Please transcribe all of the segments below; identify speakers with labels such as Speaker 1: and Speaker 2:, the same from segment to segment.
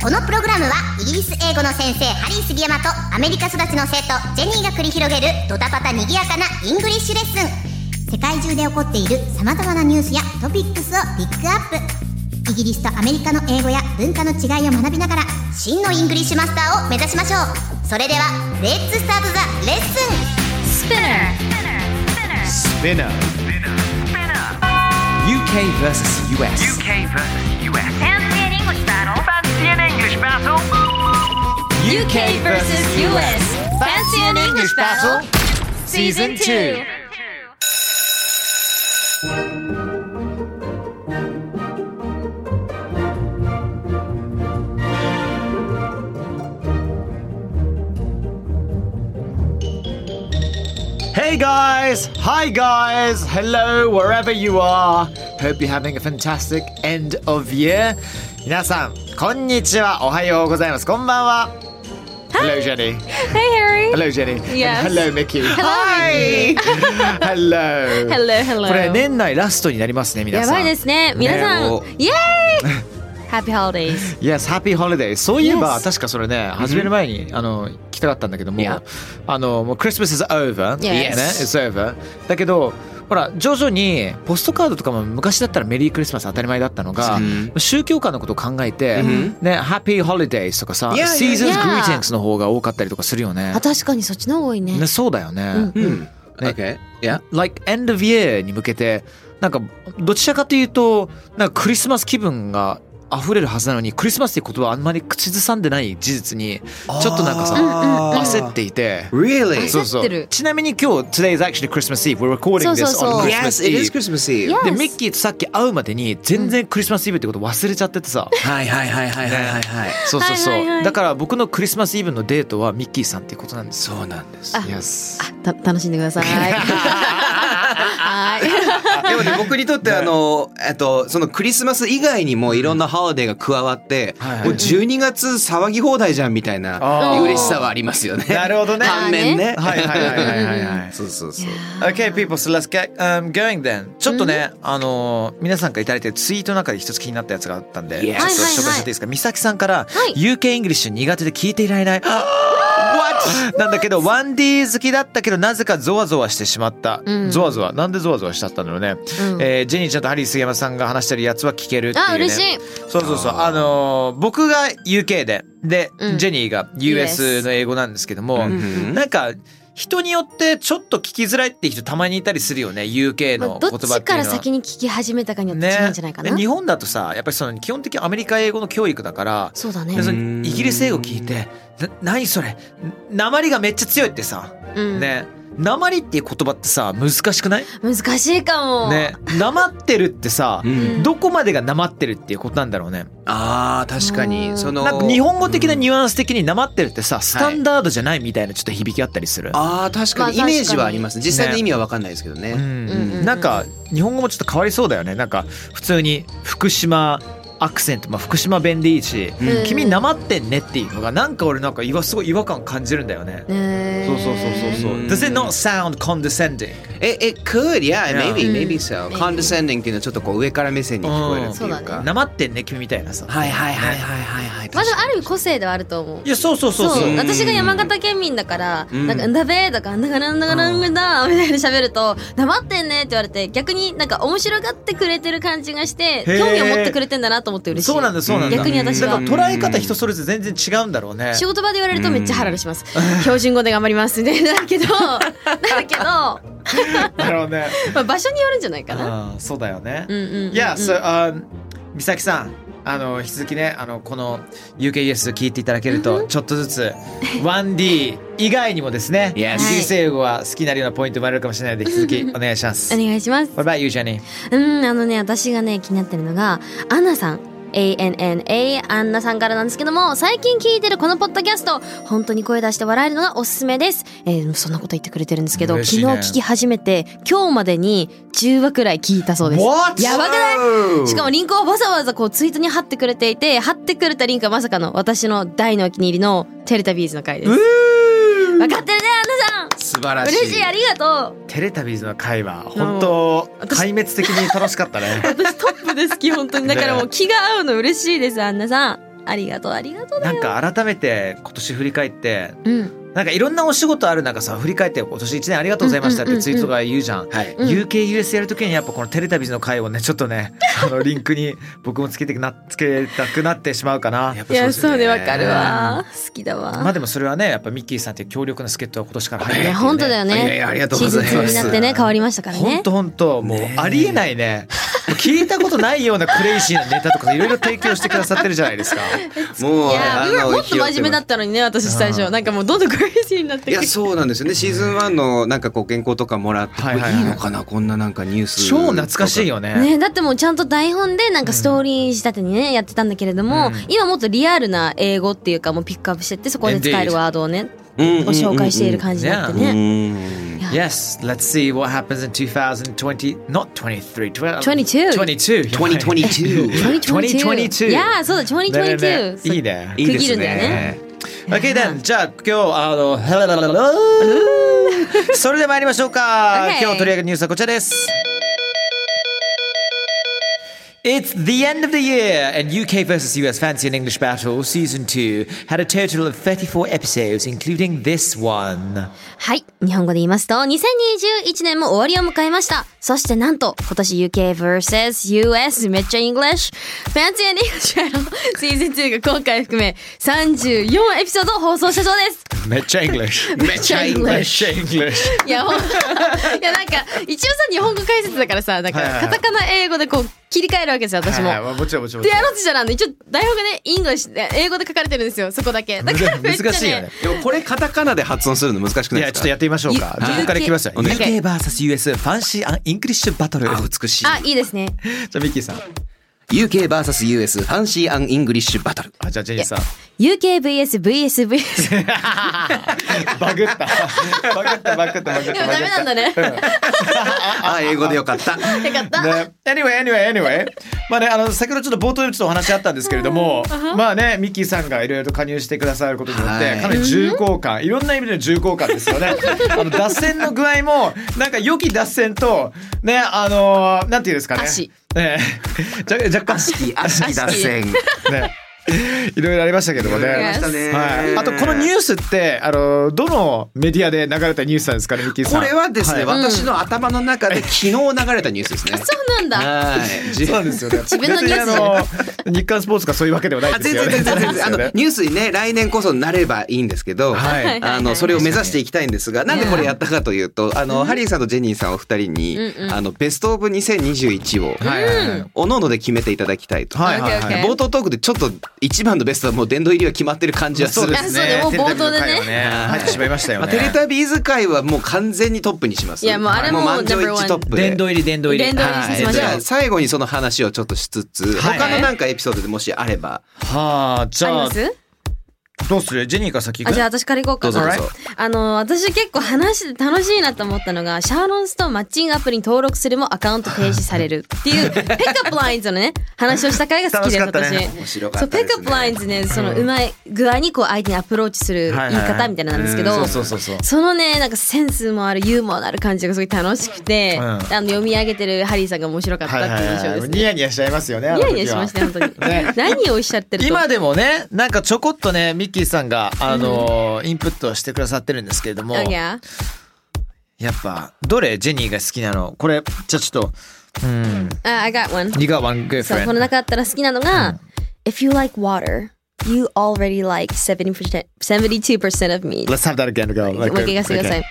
Speaker 1: このプログラムはイギリス英語の先生ハリー杉山とアメリカ育ちの生徒ジェニーが繰り広げるドタパタにぎやかなイングリッシュレッスン世界中で起こっている様々なニュースやトピックスをピックアップイギリスとアメリカの英語や文化の違いを学びながら真のイングリッシュマスターを目指しましょうそれではレッツスタートザレッスン
Speaker 2: Spinner. UK versus US.
Speaker 3: UK versus US. Fancy an English battle. Fancy
Speaker 2: UK versus US.
Speaker 3: an English battle. Fancy
Speaker 2: Season
Speaker 3: an English battle.
Speaker 2: 2. Hey guys! Hi guys! Hello, wherever you are! Hope you're having a fantastic end of year. 皆さん、こんにちは。おはようございます。こんばんは。Hello, Jenny.
Speaker 4: Hey, Harry.
Speaker 2: Hello, Jenny.
Speaker 4: Yes.
Speaker 2: And hello, Mickey. Hi. hello.
Speaker 4: Hello, hello.
Speaker 2: これ年内ラストになりますね、皆
Speaker 4: や
Speaker 2: さん。
Speaker 4: ばいですね。皆さん、
Speaker 2: ねお
Speaker 4: イエーイ !Happy Holidays!
Speaker 2: Yes, Happy Holiday. そういえば、
Speaker 4: Yes.
Speaker 2: 確かそれね、始める前に、あの、聞きたかったんだけども、
Speaker 4: Yeah.
Speaker 2: あの、もう Christmas is over.
Speaker 4: Yes.
Speaker 2: ね It's over. だけど、ほら、徐々に、ポストカードとかも昔だったらメリークリスマス当たり前だったのが、宗教観のことを考えて、ね、Happy Holidays とかさ、
Speaker 5: Yeah, yeah,
Speaker 2: Seasons
Speaker 4: yeah.
Speaker 2: Greetings の方が多かったりとかするよね
Speaker 4: あ、。確かにそっちの方が多いね
Speaker 2: ね。そうだよね。
Speaker 5: Hmm.
Speaker 2: Yeah.
Speaker 5: Okay. Yeah.
Speaker 2: like end of year に向けてなんかどちらかというとなんかクリスマス気分が溢れるはずなのにクリスマスっていう言葉はあんまり口ずさんでない事実にちょっとなんかさ焦っていて
Speaker 5: Really?
Speaker 2: そうそ
Speaker 4: 焦って
Speaker 2: う
Speaker 4: る
Speaker 2: ちなみに今日 Today is actually Christmas Eve We're recording
Speaker 4: そう
Speaker 2: this
Speaker 4: そうそう
Speaker 2: on
Speaker 5: Yes,
Speaker 2: Christmas
Speaker 5: it is
Speaker 2: Eve
Speaker 5: Christmas Eve.
Speaker 4: Yeah.
Speaker 2: で
Speaker 4: Yes.
Speaker 2: ミッキーとさっき会うまでに全然クリスマスイブってこと忘れちゃっててさ
Speaker 5: Hi, hi, hi, hi, hi, hi, hi.
Speaker 2: そうそう
Speaker 4: はい
Speaker 2: そ
Speaker 4: はいは
Speaker 2: う
Speaker 4: い
Speaker 2: だから僕のクリスマスイブのデートはミッキーさんっていうことなんですよ
Speaker 5: そうなんです。
Speaker 2: Yes
Speaker 4: た楽しんでく ださい。はい。
Speaker 5: でもね、僕にとってあの、えっと、そのクリスマス以外にもいろんなハロデーが加わって、
Speaker 2: はい
Speaker 5: もう12月騒ぎ放題じゃんみたい
Speaker 2: あ
Speaker 5: な
Speaker 2: ー
Speaker 5: 嬉しさはありますよね。
Speaker 2: なるほどね
Speaker 5: 反面ね。
Speaker 2: はいはいはいはいはいはい
Speaker 5: そうそうそう。
Speaker 2: Okay, people, so let's get、um, going then. ちょっとね、あのー皆さんからいただいてるツイートの中で一つ気になったやつがあったんで、
Speaker 5: Yes.
Speaker 2: ちょっと
Speaker 4: はいはいはい
Speaker 2: 紹介していいですか。美咲さんから、
Speaker 4: はい
Speaker 2: UK イングリッシュ苦手で聞いていられない。What? なんだけど、1D 好きだったけど、なぜかゾワゾワしてしまった。
Speaker 4: うん
Speaker 2: ゾワゾワ。なんでゾワゾワしちゃったんだろうね。
Speaker 4: うん
Speaker 2: えージェニーちゃんとハリー杉山さんが話してるやつは聞けるっていう、ね。
Speaker 4: あ嬉しい
Speaker 2: そうそうそう。あのー僕が UK で、で、
Speaker 4: うん
Speaker 2: ジェニーが US
Speaker 4: US
Speaker 2: の英語なんですけども、
Speaker 5: うん
Speaker 2: なんか人によってちょっと聞きづらいって人たまにいたりするよね UK
Speaker 4: まあ
Speaker 2: の
Speaker 4: ど
Speaker 2: 言葉っ
Speaker 4: っ
Speaker 2: ていうのは。
Speaker 4: ちから先に聞き始めたかによって違うんじゃないかな。
Speaker 2: ね、日本だとさやっぱりその基本的にアメリカ英語の教育だから、
Speaker 4: そうだ
Speaker 2: で
Speaker 4: ね
Speaker 2: そ。のイギリス英語聞いて「な何それ鉛がめっちゃ強い」ってさ、
Speaker 4: うん
Speaker 2: ね鉛っていう言葉ってさ難しくない
Speaker 4: 難しいかも。
Speaker 2: ね鉛ってるってさ、
Speaker 5: うん
Speaker 2: どこまでが鉛ってるっていうことなんだろうね。
Speaker 5: ああ、確か
Speaker 4: う
Speaker 5: に。
Speaker 4: ん
Speaker 5: その。
Speaker 2: なんか日本語的なニュアンス的に鉛ってるってさスタンダードじゃないみたいなちょっと響きあったりする。
Speaker 5: ああ、確かに。
Speaker 4: ま
Speaker 5: イ
Speaker 4: あ
Speaker 5: メージはあります。実際の意味はわかんないですけど
Speaker 2: う
Speaker 5: ね。
Speaker 2: ん
Speaker 4: うん
Speaker 2: なんか日本語もちょっと変わりそうだよねなんか普通に福島アクセント、まあ、福島弁でいいし「
Speaker 4: うん
Speaker 2: 君なまってんね」っていうのがなんか俺なんか違和すごい違和感感じるんだよね。
Speaker 4: ね
Speaker 2: そうそうそうそうそう。
Speaker 5: うん
Speaker 2: Does it not sound condescending?
Speaker 5: え、え、could, yeah,
Speaker 2: Yeah.
Speaker 5: maybe, maybe so. condescending っていうのはちょっとこう上から目線に聞こえるっていうか。
Speaker 2: なまってんね君みたいなさ。
Speaker 5: はいはいはいはいはいはい。
Speaker 4: まあでもある意味個性ではあると思う
Speaker 2: い。やそうそうそうそう。
Speaker 5: そう
Speaker 4: 私が山形県民だから、
Speaker 5: うん
Speaker 4: なんか、んだべーとか、なんだかなんだかなんだかみたいに喋ると、黙ってんねって言われて、逆になんか面白がってくれてる感じがし
Speaker 2: へ
Speaker 4: て、
Speaker 2: ー
Speaker 4: 興味を持ってくれてんだなと思って嬉しい。
Speaker 2: そうなんだそうなんだ。
Speaker 4: 逆に私
Speaker 2: だか
Speaker 4: は
Speaker 2: ら。捉え方人それぞれ全然違うんだろうね。
Speaker 4: 仕事場で言われるとめっちゃハラハラします。標準語で頑張りますね。だけど、だけど、ま
Speaker 2: だろうね。
Speaker 4: あ、場所によるんじゃないかな。
Speaker 2: あーそうだよね。
Speaker 4: うんうんうんうん。
Speaker 2: いや、そう、あー、美咲さん、あの、引き続きね、あの、この UKES 聞いていただけると、ちょっとずつ、1D 以外にもです ね、イギ
Speaker 5: Yes
Speaker 2: リス英語は好きになるようなポイントもあるかもしれないので、引き続きお願いしま
Speaker 4: お
Speaker 2: す。
Speaker 4: 願いします。
Speaker 2: What about you, Jenny?
Speaker 4: うん、あのね、私がね、気になってるのが、アンナさん。 ANNA アンナさんからなんですけども最近聞いてるこのポッドキャスト本当に声出して笑えるのがおすすめです、えーそんなこと言ってくれてるんですけど、
Speaker 2: 嬉しい
Speaker 4: 昨日
Speaker 2: ね
Speaker 4: 聞き始めて今日までに10話くらい聞いたそうです
Speaker 2: What?
Speaker 4: やばくないしかも
Speaker 2: リ
Speaker 4: リンクをわざわざこうツイートに貼ってくれていて貼ってくれたリンクはまさかの私の大のお気に入りのテレタビーズの回です分かってるねアンナ
Speaker 5: 素晴ら
Speaker 4: さん
Speaker 5: しい
Speaker 4: 嬉しいありがとう
Speaker 2: テレタビーズの会話本当壊滅的に楽しかった ね
Speaker 4: 私トップで好き本当にだからもう気が合うの嬉しいですアンナさんありがとうありがとう
Speaker 2: なんか改めて今年振り返って
Speaker 4: うん
Speaker 2: なんかいろんなお仕事ある中さ振り返って今年1年ありがとうございましたっ
Speaker 4: うん
Speaker 2: て
Speaker 4: うんうんうん
Speaker 2: ツイートとか言うじゃん
Speaker 5: はい
Speaker 4: うん
Speaker 2: UKUS やるときにやっぱこのテレタビーズの会をねちょっと ねあのリンクに僕もつけてなつけたくなってしまうかな
Speaker 5: やっ
Speaker 4: い
Speaker 5: ぱ
Speaker 4: や
Speaker 5: です
Speaker 4: そうねわかるわ好きだ
Speaker 2: まあ
Speaker 4: わ
Speaker 2: でもそれはねやっぱミッキーさんっていう強力な助っ人は今年から入った
Speaker 4: いや本当だよ
Speaker 5: いやい
Speaker 4: ね
Speaker 5: やありがとう
Speaker 4: シ
Speaker 5: ご
Speaker 4: ー
Speaker 5: ざ
Speaker 4: ズ
Speaker 5: い
Speaker 4: ン2
Speaker 5: ます
Speaker 4: になってね変わりましたから
Speaker 2: 本
Speaker 4: ね
Speaker 2: 当本当もう
Speaker 5: ねえ
Speaker 2: ありえないね聞いたことないようなクレイジーなネタとかいろいろ提供してくださってるじゃないですか
Speaker 5: もう
Speaker 4: いや
Speaker 5: あ
Speaker 4: うわ
Speaker 5: の
Speaker 4: もっと真面目だったのにね私最初なんかもうどんどんクレイジーになって
Speaker 5: い
Speaker 4: く
Speaker 5: や
Speaker 4: る
Speaker 5: そうなんですよねシーズン1のなんかこう原稿とかもらって、
Speaker 2: はいはいはい
Speaker 5: これいいのかなこんななんかニュース
Speaker 2: 超懐かしい
Speaker 5: よ
Speaker 2: よね
Speaker 4: ね、だってもうちゃんと台本でなんかストーリー仕立てにね、やってたんだけれども、
Speaker 2: うん
Speaker 4: 今もっとリアルな英語っていうかもうピックアップしてってそこで使えるワードをね
Speaker 5: ご
Speaker 4: ご紹介している感じになってね。
Speaker 5: ね
Speaker 2: Yes, let's see what happens in 2020 not 23 12
Speaker 4: 22
Speaker 2: 22
Speaker 5: 2022
Speaker 2: 2022
Speaker 4: いやーそうだ2022、
Speaker 2: ねね
Speaker 4: そう
Speaker 2: いいね
Speaker 5: いい です
Speaker 4: 区切るんだよね
Speaker 5: ね
Speaker 2: OK then じゃあ今日あの それで参りましょうか
Speaker 4: Okay
Speaker 2: 今日取り上げるニュースはこちらです It's the end of the year, and UK versus US Fancy and English Battle Season 2 had a total of 34 episodes, including this one.
Speaker 4: はい日本語で言いますと2021年も終わりを迎えましたそしてなんと今年 UKVSUS めっちゃ English Fancy and English の シーズン2が今回含め34エピソードを放送したそうです
Speaker 2: Mecha English.
Speaker 5: めっちゃ English
Speaker 2: Mecha English.
Speaker 4: いや、ほんいや、なんか、一応さ、日本語解説だからさ、なんか、
Speaker 2: はいはいはい
Speaker 4: カタカナ英語でこう、切り替えるわけですよ、 私も。
Speaker 2: はいはいもちろんもちろん
Speaker 4: で、やろうとしたら、あの一応、台本がね、イングリッシュで、英語で書かれてるんですよ、そこだけ。だから、めっちゃ、ね、
Speaker 2: 難しいよね。
Speaker 5: でもこれカタカナで発音するの難しく
Speaker 2: い
Speaker 5: ない
Speaker 2: や
Speaker 5: で
Speaker 2: ちょっ
Speaker 5: す
Speaker 2: と
Speaker 5: か
Speaker 2: やってみましょうか。
Speaker 4: ゆ
Speaker 2: じゃあ僕からいきますよ。
Speaker 5: お願い
Speaker 2: UK vs US ファンシーイングリッシュバトル。じ
Speaker 5: あ
Speaker 2: ゃ
Speaker 5: 美しい
Speaker 4: あ、いいですね。
Speaker 2: あミッキーさん。
Speaker 5: UKVSUS ファンシーアンイングリッシュバトル
Speaker 2: あじゃあジェニーさん。
Speaker 4: UKVSVSVS。
Speaker 2: バグった。バグったバグったバグった。
Speaker 4: でもダメなんだ ね。
Speaker 5: あ英語でよかった
Speaker 4: よかった。
Speaker 2: ね、anyway, anyway, anyway. まあね、あの、先ほどちょっと冒頭でちょっとお話あったんですけれども、 まあね、ミッキーさんがいろいろと加入してくださることによっ
Speaker 5: は
Speaker 2: て、
Speaker 5: い
Speaker 2: かなり重厚感、いろんな意味での重厚感ですよね。あの、脱線の具合も、なんか良き脱線と、ね、あのなんていうんですかね。
Speaker 4: 足
Speaker 2: ね、 じゃ若干、
Speaker 5: 悪しき脱線
Speaker 2: ね、いろいろありましたけども
Speaker 5: あり
Speaker 2: ね
Speaker 5: ま。したね
Speaker 2: はい、あとこのニュースってあのどのメディアで流れたニュースなんですかねミッキーさん
Speaker 5: これはですね、
Speaker 2: い
Speaker 5: 私の頭の中で昨日流れたニュースですね。
Speaker 4: そうなんだ。
Speaker 5: はい。じ
Speaker 2: そうなんですよね
Speaker 4: 自分のニュースじゃな
Speaker 2: 別にあの日刊スポーツがそういうわけではない
Speaker 5: あ
Speaker 2: です
Speaker 5: 全
Speaker 2: よ
Speaker 5: 然
Speaker 2: ね
Speaker 5: 全然全然あのニュースにね来年こそなればいいんですけど、
Speaker 2: はいはい
Speaker 5: あのそれを目指していきたいんですがなんでこれやったかというとあのハリーさんとジェニーさんお二人に
Speaker 4: うんうん
Speaker 5: あのベストオブ2021を
Speaker 2: はいはいはい
Speaker 5: おのおので決めていただきたいと。
Speaker 2: はいはいはい
Speaker 4: OK OK
Speaker 5: 冒頭トークでちょっと一番のベストはもう殿堂入りは決まってる感じはするん
Speaker 4: あそうねもう冒頭でね
Speaker 2: テレビの回は入ってしまいましたよ
Speaker 5: ま
Speaker 2: ね
Speaker 5: あ、テレタビーズ界はもう完全にトップにします。
Speaker 4: いやもうあれも
Speaker 5: はい満場
Speaker 4: ナンバーワン
Speaker 5: 一致トップで。
Speaker 2: 殿堂入り殿堂入り
Speaker 4: 殿堂入りしまし
Speaker 5: じ
Speaker 4: ょう
Speaker 5: ゃあ最後にその話をちょっとしつつ、
Speaker 2: はい
Speaker 5: 他のなんかエピソードでもしあれば、
Speaker 2: はあじ
Speaker 4: あり
Speaker 2: ゃあ
Speaker 4: ます
Speaker 2: どうするジェニーから先行
Speaker 4: あ
Speaker 2: く
Speaker 4: じゃあ私から行こうか
Speaker 5: どう
Speaker 4: な
Speaker 5: ぞどうぞ
Speaker 4: あの私結構話してて楽しいなと思ったのがシャーロンスとマッチングアプリに登録するもアカウント停止さ れるっていうペックアップラインズのね話をした回が好きです
Speaker 2: 楽しかった
Speaker 4: 私
Speaker 2: ね
Speaker 5: 面白か
Speaker 4: そ
Speaker 5: っ
Speaker 4: う
Speaker 5: た
Speaker 4: ペ
Speaker 5: で
Speaker 4: ックア
Speaker 5: す
Speaker 4: ップライン
Speaker 5: ね。
Speaker 4: ズねそのうまい具合にこう相手にアプローチする
Speaker 2: はい
Speaker 4: 言
Speaker 2: はい
Speaker 4: い方みたいなのなんですけど、
Speaker 2: うんそうそうそうそう
Speaker 4: そのねなんかセンスもあるユーモアのある感じがすごい楽しくて、
Speaker 2: うん
Speaker 4: あの読み上げてるハリーさんが面白かったっ
Speaker 2: は
Speaker 4: て
Speaker 2: いはい
Speaker 4: いう印象
Speaker 2: は
Speaker 4: で
Speaker 2: い
Speaker 4: す
Speaker 2: ニ
Speaker 4: ね。
Speaker 2: ヤニヤしちゃいますよねあ
Speaker 4: ニ
Speaker 2: の時は
Speaker 4: ヤニヤしましたよ本当に、
Speaker 2: ね
Speaker 4: 何をおっしゃってると
Speaker 2: 今でもねなんかちょこっとねミッキーさんがあのーインプットしてくださってるんですけれども
Speaker 4: あいや
Speaker 2: やっぱどれジェニーが好きなのこれじゃあちょっとうん
Speaker 4: Ah, I got one
Speaker 2: You got one good
Speaker 4: そうこ
Speaker 2: friend
Speaker 4: の中だったら好きなのが、If you like water, you already like 70% 72% of me.
Speaker 2: Let's have that again go
Speaker 4: もう一回言わせてください。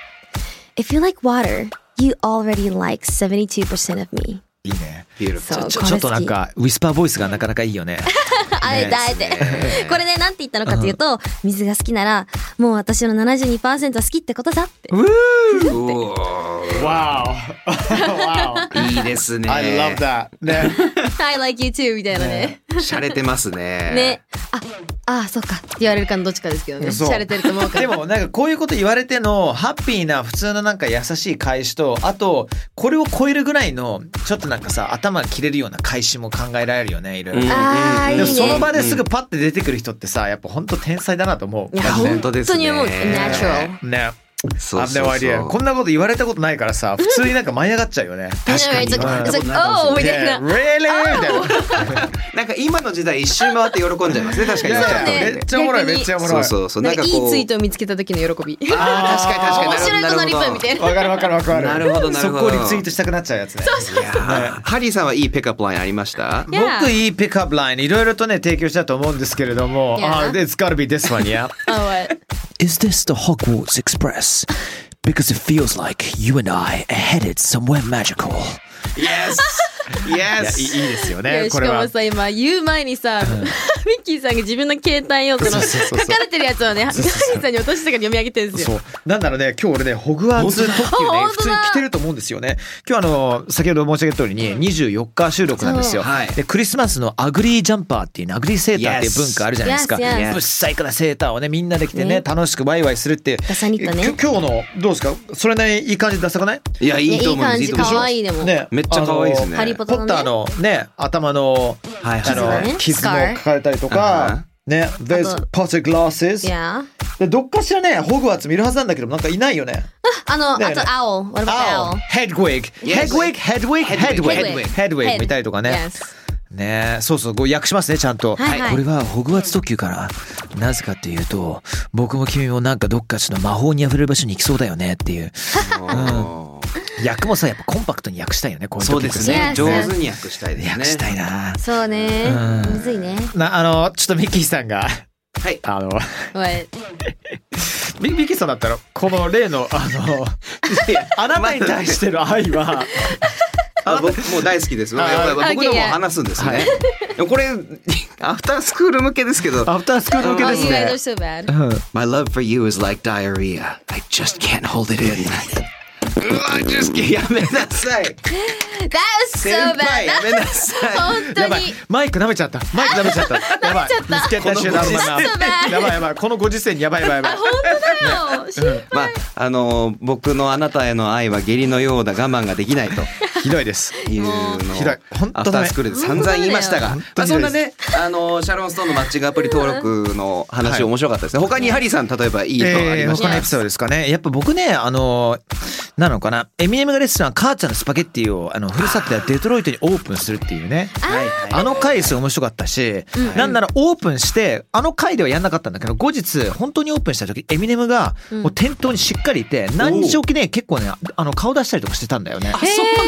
Speaker 4: If you like water, you already like 72% of me.
Speaker 2: いいね。
Speaker 5: Beautiful
Speaker 4: そう
Speaker 2: ちょ
Speaker 4: これ好き
Speaker 2: ちょっとなんかウィスパーボイスがなかなかいいよね。
Speaker 4: あえてあえて。これね、なんて言ったのかというと、水が好きなら、もう私の72%は好きってことだって。
Speaker 5: うお
Speaker 2: わお。 わ
Speaker 5: ーいいですね。
Speaker 2: お。I love that. ね。
Speaker 4: I like you too みたいなね。
Speaker 5: 洒落てますね。
Speaker 4: ね。あ、ああ、そうか。って言われるかのどっちかですけどね。
Speaker 2: そう
Speaker 4: しゃれてると思うか
Speaker 2: で
Speaker 4: ら。
Speaker 2: もなんかこういうこと言われてのハッピーな普通のなんか優しい返しとあとこれを超えるぐらいのちょっとなんかさ頭切れるような返しも考えられるよねいろいろ。
Speaker 5: うん
Speaker 4: ああ、いい
Speaker 2: で
Speaker 4: ね。
Speaker 2: もその場ですぐパッて出てくる人ってさやっぱ本当天才だなと思う。
Speaker 4: いや、
Speaker 2: マジで
Speaker 4: 本
Speaker 5: 当です
Speaker 4: 当
Speaker 5: ね
Speaker 4: に思う。natural。
Speaker 2: ね。
Speaker 5: そう
Speaker 2: I've
Speaker 5: そ
Speaker 2: no
Speaker 5: うそう
Speaker 2: idea. こんなこと言われたことないからさ普通になんか舞い上がっちゃうよ ね。
Speaker 4: It's like,
Speaker 5: うん
Speaker 4: it's like, oh! みたいな。
Speaker 2: ね Really? みたいな。
Speaker 5: なんか今の時代一周回って喜んじゃいますね。確かに。
Speaker 2: いや
Speaker 4: そう
Speaker 2: め
Speaker 4: ね
Speaker 2: っちゃおもろい
Speaker 4: 逆に
Speaker 2: めっちゃおも
Speaker 5: そ
Speaker 2: ろ
Speaker 5: う
Speaker 2: い。
Speaker 5: そうそう。
Speaker 4: な
Speaker 5: なん
Speaker 4: ん
Speaker 5: か
Speaker 4: かい
Speaker 5: こう。
Speaker 4: いツイートを見つけた時の喜び。面
Speaker 5: あー確かに
Speaker 4: 白
Speaker 5: 確かに。
Speaker 4: いことのリプみたいな。
Speaker 2: わかるわかるわかる。
Speaker 5: なるほどなるほど
Speaker 2: そこをリツイートしたくなっちゃうやつね。
Speaker 5: いやーハリーさんはいいペックアップラインありました
Speaker 4: いや
Speaker 2: 僕いいピックアップラインいろいろとね提供したと思うんですけれども、Ah,
Speaker 4: Yeah.
Speaker 2: it's gotta be this one, yeah.
Speaker 4: あ、おい。
Speaker 6: Is this the Hogwarts Express? Because it feels like you and I are headed somewhere magical.
Speaker 5: Yes!
Speaker 2: いやいい
Speaker 5: Yes!
Speaker 2: いいですよ
Speaker 4: い
Speaker 2: ね
Speaker 4: やし
Speaker 2: これ
Speaker 4: か
Speaker 2: は
Speaker 4: も。さ今言う前にさ、 ミッキーさんが自分の携帯をこの書かれてるやつをねハリーさんに落としてから読み上げてるんです
Speaker 2: そ
Speaker 4: よ。
Speaker 2: うなんだろうね今日俺ねホグワーツ特急ね
Speaker 4: 本
Speaker 2: 普
Speaker 4: 当だ
Speaker 2: 通に来てると思うんですよね今日あの先ほど申し上げた通りに24日収録なんですよ、
Speaker 5: そうはい
Speaker 2: でクリスマスのアグリージャンパーっていうねアグリーセーターっていう文化あるじゃないですか
Speaker 4: Yes, yes.
Speaker 2: ぶっさいからセーターをねみんなで着てね
Speaker 4: ね
Speaker 2: 楽しくワイワイするっていう
Speaker 4: ダサニットね
Speaker 2: きょ今日のどうですかそれなりにいい感じ出さかない
Speaker 5: いや、い
Speaker 4: ね
Speaker 5: いと思う
Speaker 4: 感じ
Speaker 5: と思
Speaker 4: 可
Speaker 5: う
Speaker 4: 愛いでも。
Speaker 2: ね
Speaker 5: めっちゃ可愛いですね。
Speaker 4: ハリポ
Speaker 2: ポッターのね頭の
Speaker 5: はい
Speaker 2: あの
Speaker 5: はいはい。
Speaker 2: 傷
Speaker 4: 傷
Speaker 2: も
Speaker 4: がね
Speaker 2: 描かれたりとか、ね、There's
Speaker 4: あと
Speaker 2: potter
Speaker 4: い
Speaker 2: glasses
Speaker 4: や
Speaker 2: でどっかしらねホグワーツ見るはずなんだけどなんかいないよね
Speaker 4: あのあ
Speaker 2: だよね
Speaker 4: と青 What about 青
Speaker 2: Owl Hedwig
Speaker 5: Yes.
Speaker 2: Hedwig Hedwig Hedwig
Speaker 4: Hedwig
Speaker 2: Hedwig 見たりとかね
Speaker 4: Yes
Speaker 2: ねそうそうこう訳しますねちゃんと
Speaker 4: はいはい
Speaker 6: これはホグワーツ特急からなぜかっていうと僕も君もなんかどっかちょっと魔法にあふれる場所に行きそうだよねって いう
Speaker 5: うん
Speaker 2: 訳もさやっぱコンパクトに訳したいよねこういう時
Speaker 5: そうです
Speaker 4: いや
Speaker 5: ね。上
Speaker 4: そう
Speaker 5: 手に訳したいですね。
Speaker 6: 訳したいな
Speaker 4: そうねむずいね。
Speaker 2: なあのちょっとミッキーさんが
Speaker 5: はい。
Speaker 2: あの
Speaker 4: おい
Speaker 2: ミミッキーさんだったらこの例のあ のあなたに対しての愛は
Speaker 5: あ僕もう大好きです。
Speaker 2: はい
Speaker 5: やっぱり僕のも話すんですね。でもこれ、アフタースクール向けですけど、
Speaker 2: アフタースクール向け
Speaker 4: Oh
Speaker 2: で
Speaker 4: you
Speaker 2: す
Speaker 4: guys
Speaker 2: ね
Speaker 4: are so bad
Speaker 5: My love for you is like diarrhea. I just can't hold it in. うわ just can't- やめなさい。
Speaker 4: That was
Speaker 5: 先
Speaker 4: so
Speaker 5: 輩、や
Speaker 4: bad
Speaker 5: めなさい。
Speaker 4: 本
Speaker 2: や
Speaker 4: 当
Speaker 2: ばい
Speaker 4: に
Speaker 2: マイク舐めちゃったマイク舐めちゃったやばい見つけたし
Speaker 5: このご時
Speaker 2: やばいやばいやばいやばいこのご時世にやばいやばいやばい
Speaker 4: 本当だよ
Speaker 5: まあ、あのー僕のあなたへの愛は下痢のようだ我慢ができないと
Speaker 2: ひどいです
Speaker 5: いうのを
Speaker 2: ひどい本当
Speaker 5: アフタ
Speaker 2: だ
Speaker 5: ー
Speaker 2: ね
Speaker 5: スクールで散々言いましたが、ま
Speaker 2: 当
Speaker 5: あ、
Speaker 2: だ
Speaker 5: そ
Speaker 2: よ
Speaker 5: んなね、あのーシャロン・ストーンのマッチングアプリ登録の話面白かったですね他にハリーさん例えばいいのあり
Speaker 2: えー
Speaker 5: まし
Speaker 2: 他
Speaker 5: た
Speaker 2: のエピソードですかね。やっぱ僕ね、あの、なのかな、エミネムがレッスンは母ちゃんのスパゲッティを、あの、ふるさとやデトロイトにオープンするっていうね。
Speaker 5: はい
Speaker 2: あの回数面白かったし、なんならオープンして、あの回ではやんなかったんだけど、後日、本当にオープンした時、エミネムが、もう店頭にしっかりいて、何日おきね、結構ね、あの、顔出したりとかしてたんだよね。
Speaker 5: あそう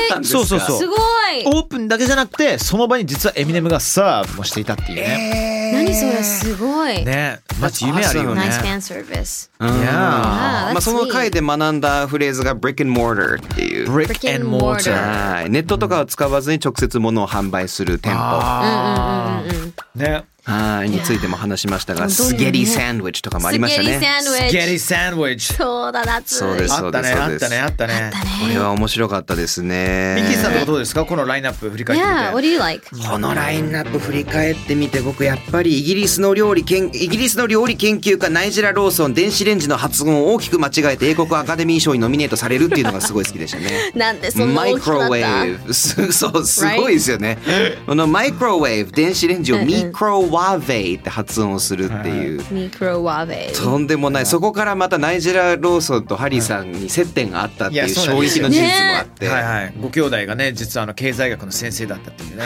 Speaker 5: なんですか
Speaker 2: そうそうそう
Speaker 4: すごい
Speaker 2: オープンだけじゃなくて、その場に実はエミネムがサーブもしていたっていうね。
Speaker 4: 何それすごい
Speaker 2: ね、マジ夢あるよね。
Speaker 4: Nice fan service
Speaker 5: うん
Speaker 2: いやー
Speaker 5: まあ、その回で学んだフレーズが brick and mortar っていう
Speaker 2: Brick and mortar。
Speaker 5: はいネットとかを使わずに直接物を販売する店舗
Speaker 2: あーね。
Speaker 5: はいについても話しましたが
Speaker 4: 本当に
Speaker 5: ス
Speaker 4: ね
Speaker 5: ゲリサンドイッチと かもありました
Speaker 4: スゲリ
Speaker 5: ね
Speaker 4: サンドイッチ
Speaker 2: スゲリサンドイッチ。
Speaker 4: そうだな
Speaker 5: そうです
Speaker 2: あったね、
Speaker 5: そう
Speaker 2: あっ
Speaker 5: で
Speaker 2: た
Speaker 5: す
Speaker 2: ね、あったね。
Speaker 5: これは面白かったですね
Speaker 2: ミッキーさんとかどうですかこのラインナップ振り返ってみて。
Speaker 4: Yeah what do you like。
Speaker 5: このラインナップ振り返ってみて僕やっぱりイギリスの料理研イギリスの料理研究家ナイジェラ・ローソン電子レンジの発音を大きく間違えて英国アカデミー賞にノミネートされるっていうのがすごい好きでしたね
Speaker 4: なん でそんな
Speaker 5: マイ
Speaker 4: 大き
Speaker 5: ク
Speaker 4: くな
Speaker 5: ロウ
Speaker 4: っ
Speaker 5: ェ
Speaker 4: た
Speaker 5: ーブす そうすごいですよね。このマイクロウェーブ電子レンジをミクロワーベイって発音をするっていう。
Speaker 4: ミクロワーベ
Speaker 5: とんでもないそこからまたナイジェラ・ローソンとハリーさんに接点があったっていう
Speaker 2: いやそうなん
Speaker 5: 衝
Speaker 2: です
Speaker 5: 撃
Speaker 2: よ
Speaker 5: の事実もあって、
Speaker 2: はいはい。ご兄弟がね、実はあの経済学の先生だったって いうね。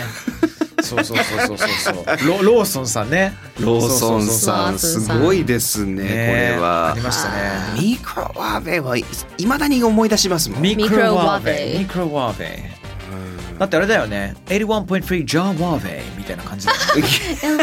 Speaker 2: そうそうそうそうそうそう。ロローソンさんね。
Speaker 5: ローソン
Speaker 2: そうそうそう
Speaker 5: さん
Speaker 4: そうそう
Speaker 5: す
Speaker 4: そう
Speaker 5: ごいですね
Speaker 2: そう
Speaker 5: これは。
Speaker 2: ありましたね。
Speaker 5: ミクロワーベイはいまだに思い出しますもん。
Speaker 2: ミ
Speaker 4: ク
Speaker 2: ク
Speaker 4: ロ
Speaker 2: ロ
Speaker 4: ワ
Speaker 2: ワ
Speaker 4: ー
Speaker 2: ー
Speaker 4: ベ
Speaker 2: ベ
Speaker 4: イ
Speaker 2: イ。ミクロワーベイ。だってあれだよね。81.3ジョン・ワーベイみたいな感じだよね。
Speaker 4: イ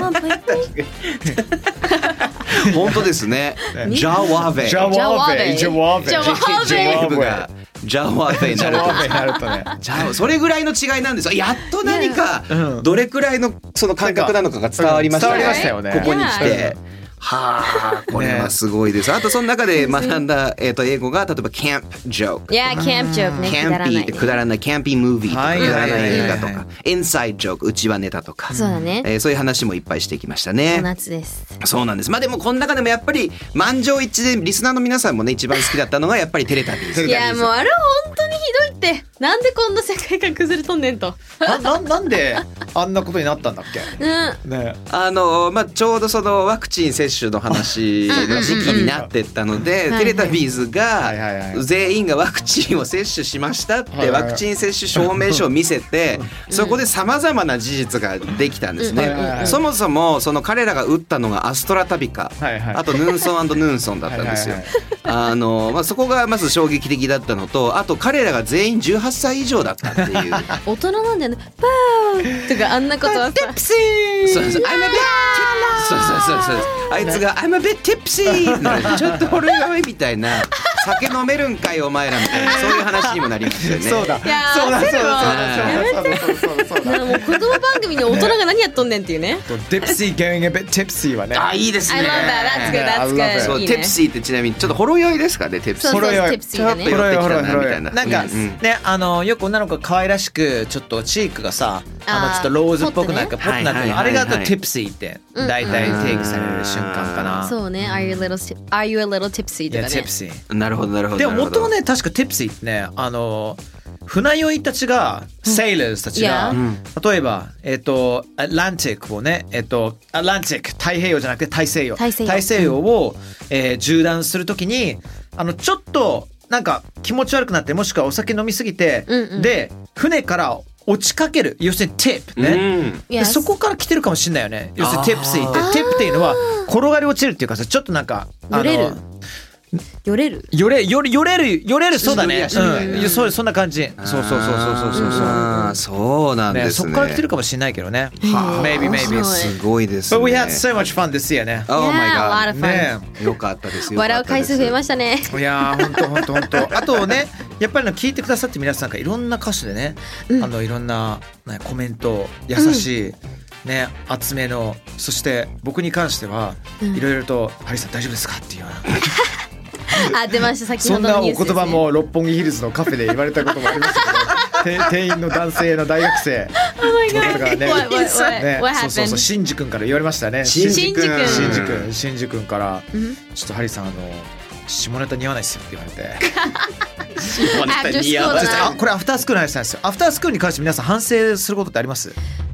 Speaker 5: 本当ですね。ジャワーベイ。
Speaker 2: ジャ
Speaker 4: ワ ーベイ
Speaker 2: ジャワーベイ。
Speaker 4: ジャワーベイ
Speaker 5: ジェイコブがジャワフェになると
Speaker 2: ワーメンやるとね。
Speaker 5: じゃあそれぐらいの違いなんですよやっと何かどれくらいのその感覚なのかが伝わりました
Speaker 2: 伝わりましたよね
Speaker 5: ここに来
Speaker 2: いや
Speaker 5: て。はあこれはすごいです。あとその中で学んだ、えー、と英語が例えば「キャンプジョーク」
Speaker 4: いや、キャンプジョーク
Speaker 5: 「
Speaker 4: ね。く
Speaker 5: キ
Speaker 4: だ
Speaker 5: ャン
Speaker 4: ら
Speaker 5: ピ
Speaker 4: な
Speaker 5: ー」
Speaker 4: い
Speaker 5: ってくだらない「キャンピームービー」と
Speaker 2: は
Speaker 5: か
Speaker 2: い
Speaker 5: くだらない映画と
Speaker 2: はいはい
Speaker 5: か「インサイドジョーク」「うちはネタ」とか
Speaker 4: そうだね
Speaker 5: えーそういう話もいっぱいしてきましたね。
Speaker 4: お夏です。
Speaker 5: そうなんです。まあでもこの中でもやっぱり満場一致でリスナーの皆さんもね一番好きだったのがやっぱりテレタビで
Speaker 2: テ
Speaker 5: す。
Speaker 2: レ
Speaker 4: い
Speaker 2: ビ
Speaker 4: や、もうあれは本当にひどいって。なんでこんな世界観崩れとんねんと。
Speaker 2: なななんであんなことになったんだっけ
Speaker 4: うん。
Speaker 2: ね
Speaker 5: あのまあちょうどそのワクチン接種の話の時期になってったので
Speaker 4: うんうん
Speaker 5: テレタビーズ
Speaker 2: いはいはい
Speaker 5: が
Speaker 2: はい
Speaker 5: 全員がワクチンを接種しました
Speaker 2: は
Speaker 5: っ
Speaker 2: い
Speaker 5: て
Speaker 2: はい
Speaker 5: ワクチン接種証明書を見せてそこでさまざまな事実ができたんです
Speaker 2: うんはいはいは
Speaker 5: ね
Speaker 2: い
Speaker 5: そもそもその彼らが打ったのがアストラタビカ
Speaker 2: はいはい
Speaker 5: あとヌンソンヌンソンだったんですよ
Speaker 2: はい
Speaker 5: あのまあそこがまず衝撃的だったのとあと彼らが全員18歳以上だったっていう
Speaker 4: 大人なんだよね。パーとかあんなことはさ。
Speaker 5: そうそう、I'm a bit. そうそうそうそう。あいつが I'm a bit tipsy ってなる。ちょっと俺がみたいな。酒飲めるんかいお前ら みたいなそういう話にもなりますよね。
Speaker 2: そうだ
Speaker 4: いやー
Speaker 2: そうだ
Speaker 4: 焦
Speaker 2: そう
Speaker 4: るわ
Speaker 2: だそうだそうだそうだそうだそうだ
Speaker 4: もう子供番組に大人が何やっとんねんっていうね。
Speaker 2: デプシー going a bit tipsy はね
Speaker 5: あいいです
Speaker 4: I
Speaker 5: ね
Speaker 4: love。
Speaker 2: I love it.
Speaker 4: that. That's good. That's good.
Speaker 5: そう
Speaker 4: いいね
Speaker 5: tipsy ってちなみにちょっとほろ酔いですかね tipsy。
Speaker 4: そうそうそう、テプシーが
Speaker 5: ちょ
Speaker 4: ね
Speaker 5: っ。
Speaker 2: ほろ酔いほろ酔い
Speaker 5: 寄ってきたなみた
Speaker 6: ない
Speaker 5: なん
Speaker 6: か、
Speaker 5: うんうん
Speaker 6: ねあのよく女の子が可愛らしくちょっとチークがさあの
Speaker 4: あー
Speaker 6: ちょっとローズっぽくなんか
Speaker 4: ポ
Speaker 6: ポッとなってる
Speaker 5: はいはいはいはい
Speaker 6: あれがとティプシーって
Speaker 4: うん
Speaker 6: 大体定義される瞬間かな。
Speaker 4: そうね。Are you a little, tip- are you a little tipsy?
Speaker 6: い
Speaker 4: と
Speaker 6: や
Speaker 4: か
Speaker 6: ティ
Speaker 4: ね
Speaker 6: プ。シー。
Speaker 5: なるほどなるほど。
Speaker 6: でも元は
Speaker 5: なる
Speaker 6: ね確かティプシーってねあの船酔いたちが、セイラーズたちが、
Speaker 4: Yeah
Speaker 6: 例えば、えっとアトランティックをね、えっとアトランティック太平洋じゃなくて大西洋
Speaker 4: 大西洋
Speaker 6: を、えー縦断するときにあのちょっとなんか気持ち悪くなってもしくはお酒飲みすぎて、
Speaker 4: うんうん
Speaker 6: で船から落ちかける要するにティップ
Speaker 5: ほど
Speaker 6: ね。
Speaker 5: うん
Speaker 6: で
Speaker 4: Yes
Speaker 6: そこから来てるかもしれないよね。要するにティプシーっ
Speaker 5: あ
Speaker 6: て、ティップっていうのは転がり落ちるっていうかさ、ちょっとなんか、あの
Speaker 4: 揺れるよれる。
Speaker 6: よれよれよれるよれるそうだね。
Speaker 5: 沈むやつみたいな
Speaker 6: うん、そうそんな感じ。そうそうそうそうそうそうそう。
Speaker 5: あーそうなんで
Speaker 6: ね、
Speaker 5: す
Speaker 6: そ
Speaker 5: ね。
Speaker 6: こから来てるかもしれないけどね。maybe
Speaker 4: 面
Speaker 6: maybe.
Speaker 4: 白い
Speaker 5: すごいですね。
Speaker 6: But we had so much fun this year ね。
Speaker 5: Oh my
Speaker 4: Yeah, a lot
Speaker 5: god。
Speaker 4: of
Speaker 6: ね
Speaker 4: fun.
Speaker 5: よかったですよ。
Speaker 4: 笑う回数増えましたね。
Speaker 6: いやー本当本当本当。あとね、やっぱりの聞いてくださって皆さんがいろんな歌手でね、あのいろんな、ね、コメント優しい。ね、厚めのそして僕に関しては、いろいろと「ハリーさん大丈夫ですか?」っていうような
Speaker 4: あ、出ました。先
Speaker 2: そ
Speaker 4: ほ
Speaker 2: ん
Speaker 4: どの
Speaker 2: なお
Speaker 4: ニュー
Speaker 2: 言
Speaker 4: スです、ね。
Speaker 2: 葉 も六本木ヒルズのカフェで言われたこともありましたけどて店員の男性の大学 生の方からね
Speaker 4: What- what- what-
Speaker 2: ね
Speaker 4: what
Speaker 6: そうそうそう
Speaker 4: happened?
Speaker 6: シンジ君から言われましたね
Speaker 5: シンジ
Speaker 4: 新宿
Speaker 5: 君。
Speaker 2: シンジ
Speaker 5: う
Speaker 2: 君、シンジ君から、
Speaker 4: ん
Speaker 2: ちょっとハリーさん、あの、下ネタ似合わないっすよって言われて。
Speaker 6: あ
Speaker 4: After school だな
Speaker 6: これアフタースクールの話なんですよアフタースクールに関して皆さん反省することってあります、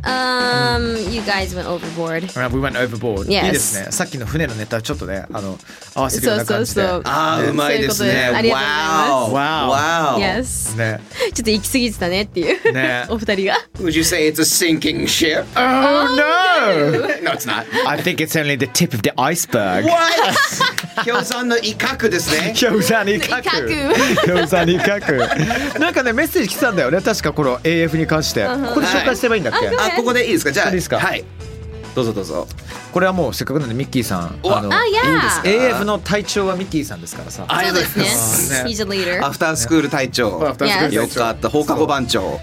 Speaker 4: Um, you guys went overboard.
Speaker 2: We went overboard.
Speaker 4: Yes.
Speaker 2: いいですね。さっきの船のネタちょっとね、あの、合わせるよう
Speaker 4: そう
Speaker 2: な感
Speaker 4: そう
Speaker 2: じで。
Speaker 4: そう。
Speaker 5: あーうまいです
Speaker 4: そういう
Speaker 5: ね。
Speaker 4: ことですありがとうご
Speaker 5: Wow.
Speaker 2: ざいま
Speaker 5: Wow.
Speaker 4: Yes.
Speaker 2: ね。
Speaker 4: ちょっと行き過ぎてたねっていう。
Speaker 2: ね
Speaker 4: お二人が。
Speaker 5: Would you say it's a sinking ship?
Speaker 2: Oh no!
Speaker 5: No, it's not.
Speaker 2: I think it's only the tip of the iceberg.
Speaker 5: What? 氷山の威嚇で すね。
Speaker 2: 氷山に書く
Speaker 4: 威
Speaker 2: 氷山に書くなんかねメッセージ来てたんだよね確かこの AF に関してここで紹介すればいいんだっけ
Speaker 5: あ、ここでいいですか。じゃあ、
Speaker 2: いいですか
Speaker 5: はい。どうぞどうぞ。
Speaker 2: これはもうせっかくなんでミッキーさん
Speaker 5: お
Speaker 2: あの
Speaker 4: あ、いや。
Speaker 2: AF の隊長はミッキーさんですからさ
Speaker 5: あり
Speaker 4: そ
Speaker 5: が
Speaker 4: う
Speaker 5: とう
Speaker 4: で
Speaker 5: ご
Speaker 4: す
Speaker 5: ざい
Speaker 4: ね。
Speaker 5: ます。
Speaker 2: ね
Speaker 4: He's a leader.
Speaker 5: アフタースクール隊長。
Speaker 2: アフタースクール隊長
Speaker 5: よかった。放課後番長。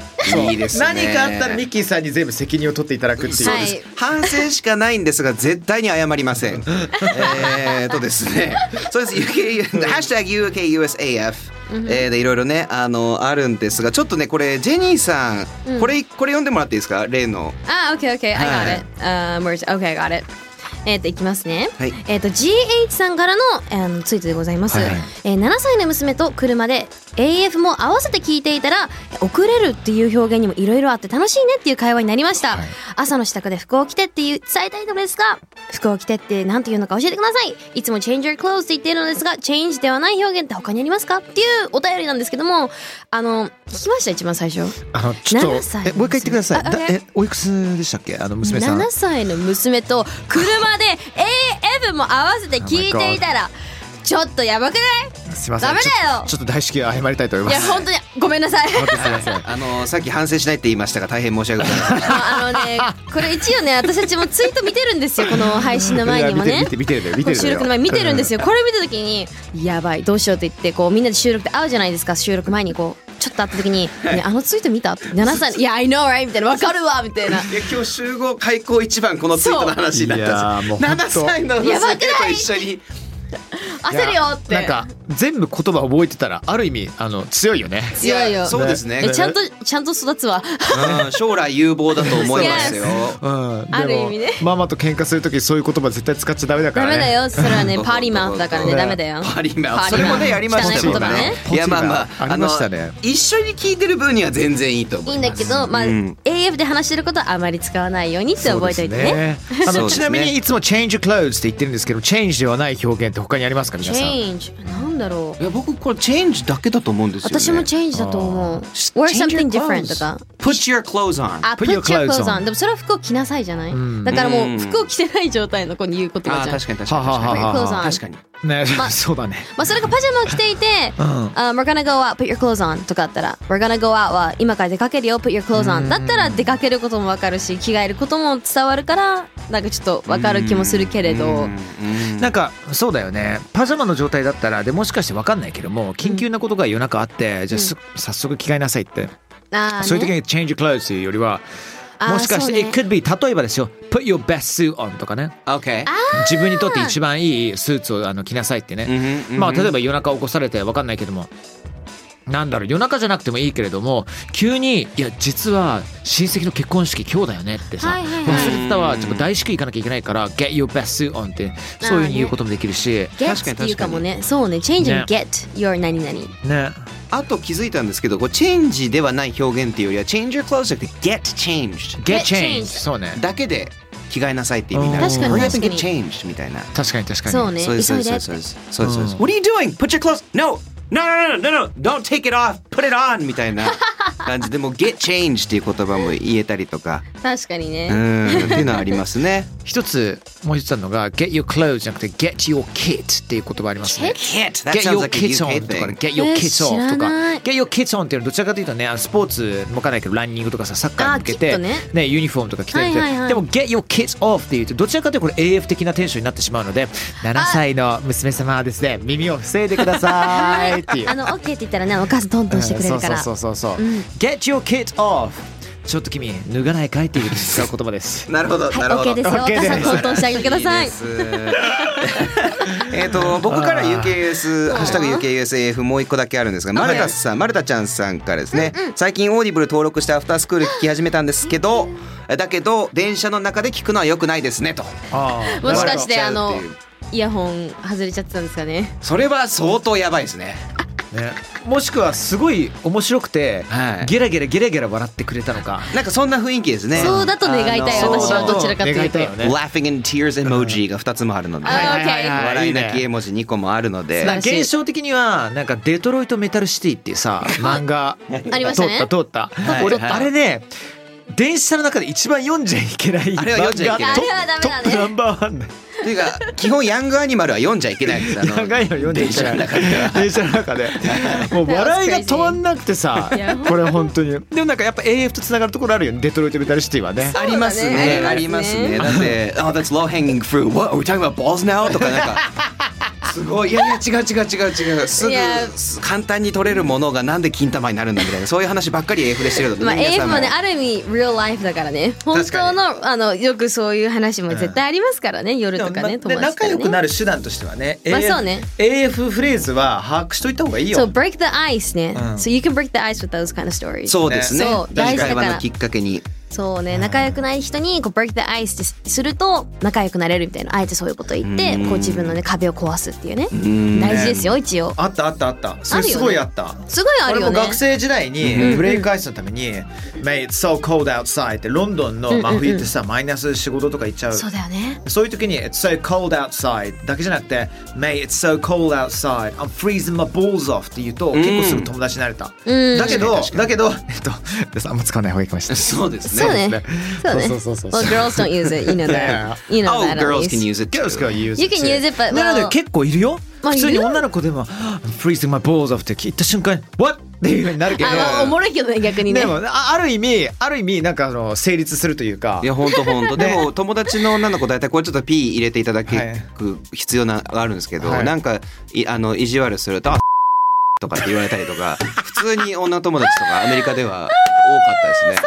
Speaker 5: いいですね。
Speaker 2: 何かあったらミッキーさんに全部責任を取っていただくっていう、
Speaker 4: はい
Speaker 5: 反省しかないんですが絶対に謝りません。えーとですね、そうです。UK、ハッシュタグ UKUSAF。えーでいろいろねあのあるんですがちょっとねこれジェニーさん、これこれ読んでもらっていいですか例の
Speaker 4: あ、OK, OK, I
Speaker 5: は
Speaker 4: got
Speaker 5: い
Speaker 4: it. Uh, merge. OK, I got it. えっといきますね、
Speaker 5: はい
Speaker 4: えっと GH さんからのあのツイートでございます、えー7歳の娘と車で AF も合わせて聞いていたら遅れるっていう表現にもいろいろあって楽しいねっていう会話になりました、朝の支度で服を着てっていう伝えたいのですが服を着てってなんて言うのか教えてくださいいつも change your clothes って言っているのですが change ではない表現って他にありますかっていうお便りなんですけどもあの聞きました一番最初
Speaker 2: あのちょっと
Speaker 4: 7歳
Speaker 2: えもう一回言ってください
Speaker 4: あ
Speaker 2: だ
Speaker 4: あれ
Speaker 2: えおいくつでしたっけあの娘さん
Speaker 4: 7歳の娘と車で AF も合わせて聞いていたらちょっとやばくない
Speaker 2: すいません
Speaker 4: ダメだよ
Speaker 2: ちょちょっと大至急謝りたいと思い
Speaker 4: い
Speaker 2: ま
Speaker 4: や
Speaker 2: す
Speaker 4: 本当にごめんなさい
Speaker 2: すいません
Speaker 5: あのさっき反省しないって言いましたが大変申し訳ございません
Speaker 4: あのねこれ一応ね私たちもツイート見てるんです よこの配信の前にも
Speaker 2: いや見
Speaker 4: ね
Speaker 2: てる見てる見てる見てる
Speaker 4: 収録の前に見てるんですよこれ見た時にやばいどうしようって言ってこうみんなで収録で会うじゃないですか収録前にこうちょっと会った時に「ね、あのツイート見た?」って「7歳の「いや I know right」みたいな「わかるわ」みたいな。
Speaker 5: いや今日集合開口一番このツイートの話になったんです
Speaker 2: そういやーもう
Speaker 5: 7歳の娘と一緒に
Speaker 4: 焦るよって
Speaker 2: なんか全部言葉覚えてたらある意味あの強いよね
Speaker 4: 強い
Speaker 5: い
Speaker 4: よ
Speaker 5: やそうですね
Speaker 4: えちゃんとちゃんと育 つわ
Speaker 5: うん将来有望だと思いますよ
Speaker 2: うん、
Speaker 4: ある意味ね
Speaker 2: でもママと喧嘩するときそういう言葉絶対使っちゃダメだか
Speaker 4: ダ
Speaker 2: らね
Speaker 4: メだよ それは ねパーリーマウスだからね
Speaker 2: そうだ
Speaker 4: ダ
Speaker 2: よ
Speaker 4: メだよ
Speaker 5: パリマンそ
Speaker 4: パリマン
Speaker 5: れもねやりました
Speaker 4: 汚い言
Speaker 5: もん
Speaker 4: 葉ね
Speaker 5: ねいやまあまあ
Speaker 2: ポチがありましたね
Speaker 5: あの一緒に聞いてる分には全然いいと思
Speaker 4: い
Speaker 5: い
Speaker 4: いん
Speaker 5: ま
Speaker 4: だ
Speaker 5: す
Speaker 4: けどまあ、
Speaker 5: うん
Speaker 4: AF で話してることはあまり使わないようにって覚えておいてね
Speaker 2: そうですねあ
Speaker 5: そう
Speaker 2: の
Speaker 5: です
Speaker 2: ち
Speaker 5: ね
Speaker 2: なみにいつも change clothes って言ってるんですけど change ではない表現って他にありますか
Speaker 4: チ
Speaker 2: 皆さん
Speaker 4: ェンジなんだろう
Speaker 5: いや僕これチェンジだけだと思うんですよね
Speaker 4: 私もチェンジだと思う Wear something different とか
Speaker 5: Put your clothes on
Speaker 4: あ
Speaker 2: Put your
Speaker 4: Put your
Speaker 2: clothes
Speaker 4: clothes
Speaker 2: on
Speaker 4: on でもそれは服を着なさいじゃない
Speaker 2: ん
Speaker 4: だからも
Speaker 5: うん
Speaker 4: う服を着てない状態の子に言う言葉
Speaker 5: あ
Speaker 4: じゃん
Speaker 5: 確かに確かに
Speaker 2: はあはあは
Speaker 4: あはあ
Speaker 5: 確かに
Speaker 2: ね、
Speaker 4: ま
Speaker 2: そうだね
Speaker 4: まあそれがパジャマを着ていて「
Speaker 2: ん
Speaker 4: Um, We're gonna go out put your clothes on」とかあったら「We're gonna go out」は今から出かけるよ put your clothes on だったら出かけることもわかるし着替えることも伝わるからなんかちょっとわかる気もするけれど
Speaker 2: なんかそうだよねパジャマの状態だったらでもしかして分かんないけども緊急なことが夜中あってじゃあす早速着替えなさいって
Speaker 4: あー
Speaker 2: そういう時
Speaker 4: ね
Speaker 2: に change clothes というよりは
Speaker 4: あー
Speaker 2: もしかして、
Speaker 4: そうね
Speaker 2: it could be 例えばですよ put your best suit on とかね
Speaker 5: OK
Speaker 2: 自分にとって一番いいスーツをあの着なさいってね、まあ例えば夜中起こされて分かんないけどもなんだろう夜中じゃなくてもいいけれども急に「いや実は親戚の結婚式今日だよね」ってさ、
Speaker 4: はいはいはい
Speaker 2: 忘れてたわちょっと大至急行かなきゃいけないから「get your best suit on」ってそういうふうに言うこともできるし
Speaker 4: get っていうかもねそうね change and get your 何々
Speaker 2: ね
Speaker 5: あと気づいたんですけどこうチェンジではない表現っていうよりは change your clothes じゃなくて get changed
Speaker 2: get
Speaker 4: Get
Speaker 2: changed
Speaker 4: changed
Speaker 2: そうね
Speaker 5: だけで着替えなさいって意味になる
Speaker 4: 確かに
Speaker 5: Hurry up
Speaker 4: 確
Speaker 5: and
Speaker 4: か
Speaker 5: get
Speaker 4: に
Speaker 5: changed みたいな
Speaker 2: 確かに確かに
Speaker 4: そうね
Speaker 5: そうです
Speaker 4: 急
Speaker 5: そう
Speaker 4: い
Speaker 5: ですそ
Speaker 4: で
Speaker 5: うですそうですそうです What are you doing? Put your clothes No! No, no, no, no, no, don't take it off, put it on! み たいな感じでもう get changed っていう言葉も言えたりとか
Speaker 4: 確かにね、
Speaker 5: うんっていうのはありますね
Speaker 2: 一つもう一つあるのが「get your clothes」じゃなくて「get your kit」っていう言葉ありますね
Speaker 5: Get! That
Speaker 2: Get
Speaker 5: sounds
Speaker 2: your
Speaker 5: like a
Speaker 2: kids
Speaker 5: UK
Speaker 2: on とかね
Speaker 5: thing
Speaker 2: Get your
Speaker 4: え
Speaker 2: kids
Speaker 4: 知
Speaker 2: off と
Speaker 4: ら
Speaker 2: か
Speaker 4: ない
Speaker 2: Get your kids on っていうのはどちらかというとねあのスポーツもわかんないけどランニングとかさサッカーに向けて
Speaker 4: あーキットね
Speaker 2: ねユニフォームとか着てる
Speaker 4: はいはいは
Speaker 2: て
Speaker 4: い
Speaker 2: でも Get your kids off っていうとどちらかというとこれ AF 的なテンションになってしまうので7歳の娘様はですね耳を防いでくださいっていう
Speaker 4: あの OK って言ったらねお母さんトントン してくれるから、
Speaker 2: そうそうそうそうそう Get your kids off ちょっと君脱がないかいっていう使う言葉 です
Speaker 5: なるほどなるほ
Speaker 4: はい OK
Speaker 5: ど
Speaker 4: ですよお
Speaker 2: OK です
Speaker 4: 母さんトントンしてあげてください
Speaker 5: いいですえっと僕から UKUS ハッシュタグ UKUSAF もう一個だけあるんですがマルタさんマルタちゃんさんからですね最近オーディブル登録してアフタースクール聞き始めたんですけどだけど電車の中で聞くのは良くないですねと
Speaker 4: もしかして
Speaker 5: な
Speaker 4: あ
Speaker 5: るほど
Speaker 4: のイヤホン外れちゃってたんですかね
Speaker 5: それは相当やばいですね
Speaker 2: ねもしくはすごい面白くて
Speaker 5: はい
Speaker 2: ゲラゲラゲラゲラ笑ってくれたのか
Speaker 5: なんかそんな雰囲気ですね
Speaker 4: そうだと願いたい
Speaker 5: あの
Speaker 4: 私はどちらかというと
Speaker 2: 願いたいよね
Speaker 5: Laughing and tears emoji が2つもあるので
Speaker 4: あ
Speaker 2: はいはいはい
Speaker 5: 笑
Speaker 2: い
Speaker 5: い
Speaker 2: いね
Speaker 5: 泣き絵文字2個もあるので
Speaker 4: 素晴らしい
Speaker 2: 現象的にはなんか「デトロイト・メタル・シティ」っていうさ漫画
Speaker 4: ありましたね
Speaker 2: 通った通った
Speaker 5: い
Speaker 2: 俺
Speaker 5: はい
Speaker 2: あれね電車の中で一番読んじゃいけない
Speaker 5: あれは読んじゃいけない
Speaker 2: 漫画トップ
Speaker 4: あれはダメだね
Speaker 2: トップナンバーワンだよ
Speaker 5: っていうか基本ヤングアニマルは読んじゃいけないですあの
Speaker 2: 長いの読んでいけない
Speaker 5: 電車の中では
Speaker 2: 電車の中でもう笑いが止まんなくてさ
Speaker 4: That was crazy.
Speaker 2: これ本当にでもなんかやっぱ AF とつながるところあるよね「デトロイト・メタル・シティ」はね
Speaker 5: ありますねあ
Speaker 4: あ
Speaker 5: り
Speaker 4: り
Speaker 5: ま
Speaker 4: ますす
Speaker 5: ね
Speaker 4: ね
Speaker 5: だって「Oh that's low hanging fruit what are we talking about balls now?」とかなんか すごいいやいや違う違う違う違うす
Speaker 4: いや
Speaker 5: ぐす簡単に取れるものがなんで金玉になるんだみたいなそういう話ばっかり AF でしてるので、
Speaker 4: まあ
Speaker 5: 皆さ
Speaker 4: AF
Speaker 5: ん
Speaker 4: もねある意味 real life だからね本当のあのよくそういう話も絶対ありますからね夜とか
Speaker 6: で
Speaker 4: ね
Speaker 6: も
Speaker 4: 友
Speaker 6: な
Speaker 4: 達
Speaker 6: 仲良
Speaker 4: と
Speaker 6: く
Speaker 4: か
Speaker 6: な
Speaker 4: ね
Speaker 6: る手段としてはね,、
Speaker 4: まあそうね
Speaker 6: AF フレーズは把握しといた方がいいよ。
Speaker 4: そう break the ice ね
Speaker 6: ん
Speaker 4: so you can break the ice with those kind of stories
Speaker 5: そうですね
Speaker 4: そう大事だ
Speaker 5: 会
Speaker 4: から
Speaker 5: 話のきっかけに
Speaker 4: そうね仲良くない人にこう break the ice ってすると仲良くなれるみたいなあえてそういうこと言ってこう自分のね壁を壊すっていうね大事ですよ一応
Speaker 6: あったあったあった。それ
Speaker 4: あるよね
Speaker 6: すごいあった。
Speaker 4: すごいあるよ
Speaker 6: 俺も
Speaker 4: ね
Speaker 6: 学生時代にブレイクアイスのために「Mate, it's so cold outside」ってロンドンの真冬ってさ、マイナス仕事とか行っちゃう
Speaker 4: そうだよね
Speaker 6: そういう時に「It's so cold outside」だけじゃなくて「Mate, it's so cold outside I'm freezing my balls off」って言うと、結構すぐ友達になれた、だけどだけど
Speaker 2: えっとあんま使わない方がいいかもしれない
Speaker 5: そうです
Speaker 4: そうねそうね
Speaker 2: そうそうそうそう
Speaker 4: well girls don't use it you know that you know
Speaker 5: Oh
Speaker 4: that at
Speaker 5: girls
Speaker 4: least
Speaker 5: can use it
Speaker 2: Girls
Speaker 5: too.
Speaker 2: can use it
Speaker 4: You can use it, but
Speaker 2: なので
Speaker 4: well-
Speaker 2: 結構いるよ
Speaker 4: まあ
Speaker 6: 普通に
Speaker 4: いる
Speaker 6: 女の子でも「freezing my balls off」って聞いた瞬間に「what?」っていうようになるけど
Speaker 4: あまあおもろいけどね逆にね
Speaker 6: でもあある意味ある意味なんかあの成立するというか
Speaker 5: いや本 当本当
Speaker 6: ね
Speaker 5: でも友達の女の子大体これちょっと P 入れていただ
Speaker 6: はい
Speaker 5: く必要なあるんですけど、
Speaker 6: はい
Speaker 5: なんかいあの意地悪するとあとかって言われたりとか普通に女友達とかアメリカでは多かったです
Speaker 4: そうね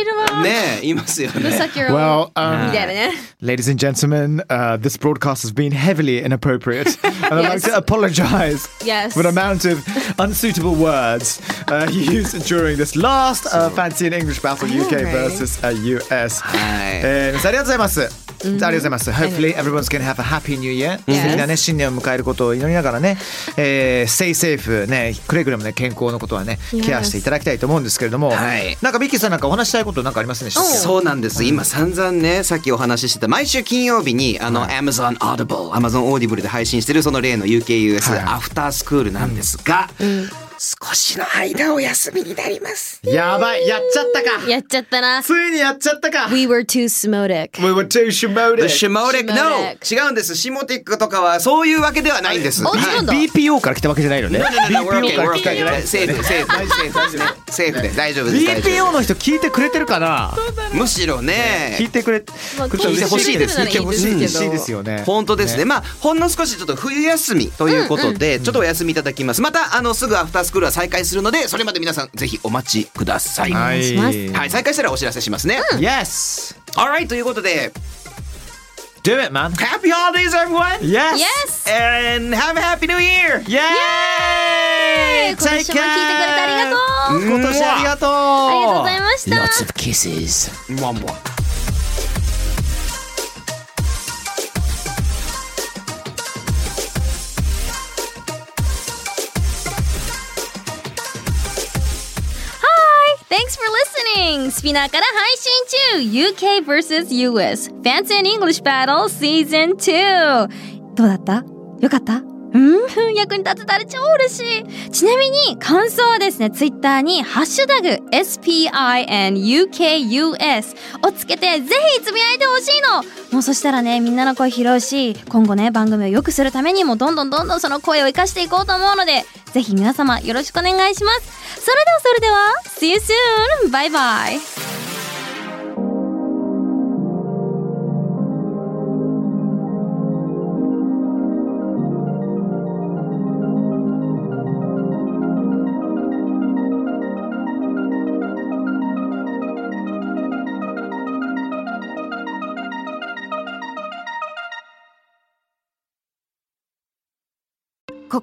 Speaker 4: いるわいるわ
Speaker 5: ね。ねえいますよね。
Speaker 4: さっきより
Speaker 2: Well,
Speaker 4: み
Speaker 2: um,
Speaker 4: たいなね
Speaker 2: ladies and gentlemen, uh, this broadcast has been heavily inappropriate, and I'd like to apologize
Speaker 4: Yes.
Speaker 2: for the amount of unsuitable words uh, used during this last uh, fancy in English battle, UK versus uh, US.
Speaker 5: はい
Speaker 2: えー皆さんありがとうございます。ありがとうございます。Hopefully everyone's gonna have a happy new year. み
Speaker 4: Yes.
Speaker 2: んなね新年を迎えることを祈りながらね、えー stay safe ねくれぐれもね健康のことはね
Speaker 4: Yes.
Speaker 2: ケアしていただきたいと思うんですけれども、
Speaker 5: はい
Speaker 2: なんかミッキーさんなんかお話したいことなんかありますね。
Speaker 5: そうなんです。今散々ね、さっきお話ししてた、毎週金曜日に、あの、Amazon Audible、Amazon Audible で配信してる、その例の UKUS、
Speaker 2: はい
Speaker 5: アフタースクールなんですが、少しの間お休みになります。
Speaker 2: やばいやっちゃったか。
Speaker 4: やっちゃったな
Speaker 2: ついにやっちゃったか。
Speaker 4: We were too smotic
Speaker 2: We were too
Speaker 5: The
Speaker 2: shimoted.
Speaker 5: Shimotic, no! 違うんです。シモティックとかは、そういうわけではないんです。
Speaker 4: あ
Speaker 5: はい
Speaker 4: 違うんだ
Speaker 2: BPO から来たわけじゃないよね。
Speaker 5: No, no, no, we're okay, we're
Speaker 2: から来たわけじゃない
Speaker 5: okay. セーフ、セーフ、セーフですね。セーフで、大丈夫です。大丈
Speaker 2: BPO の人聞いてくれてるかな。
Speaker 5: 夫むしろ
Speaker 2: 聞い
Speaker 5: ね、
Speaker 2: てくれ。く
Speaker 4: まあ
Speaker 2: れたら嬉
Speaker 5: 聞いてほしいです
Speaker 4: 聞いてほしいけど
Speaker 2: 聞てほしいですよね。
Speaker 5: 本当ですねまあほんの少しちょっと冬休みということで、ちょっとお休みいただきますまたあのすぐアフタースクールは再開するのでそれまで皆さんぜひお待ちください
Speaker 2: は
Speaker 5: はい、
Speaker 2: い。
Speaker 5: はい、再開したらお知らせしますね、
Speaker 2: Yes.
Speaker 5: Alright ということで
Speaker 2: Do it, man.
Speaker 5: Happy Holidays everyone!
Speaker 2: Yes.
Speaker 4: Yes
Speaker 5: And have a happy new year!
Speaker 2: Yay!
Speaker 4: 今年も聞いてくれてありがとう
Speaker 2: う今年ありがとう。
Speaker 4: ありがとうございました
Speaker 5: of kisses. One more.
Speaker 4: Hi! Thanks for listening! スピナーから配信中 !UK vs.US Fancy and English Battle Season 2! どうだったよかったうん役に立てたら超嬉しいちなみに感想はですね、ツイッターにハッシュタグ SPINUKUS をつけてぜひつぶやいてほしいのもうそしたらね、みんなの声拾うし、今後ね、番組を良くするためにもどんどんどんどんその声を生かしていこうと思うので、ぜひ皆様よろしくお願いします。それではそれでは、See you soon! バイバイ
Speaker 7: こ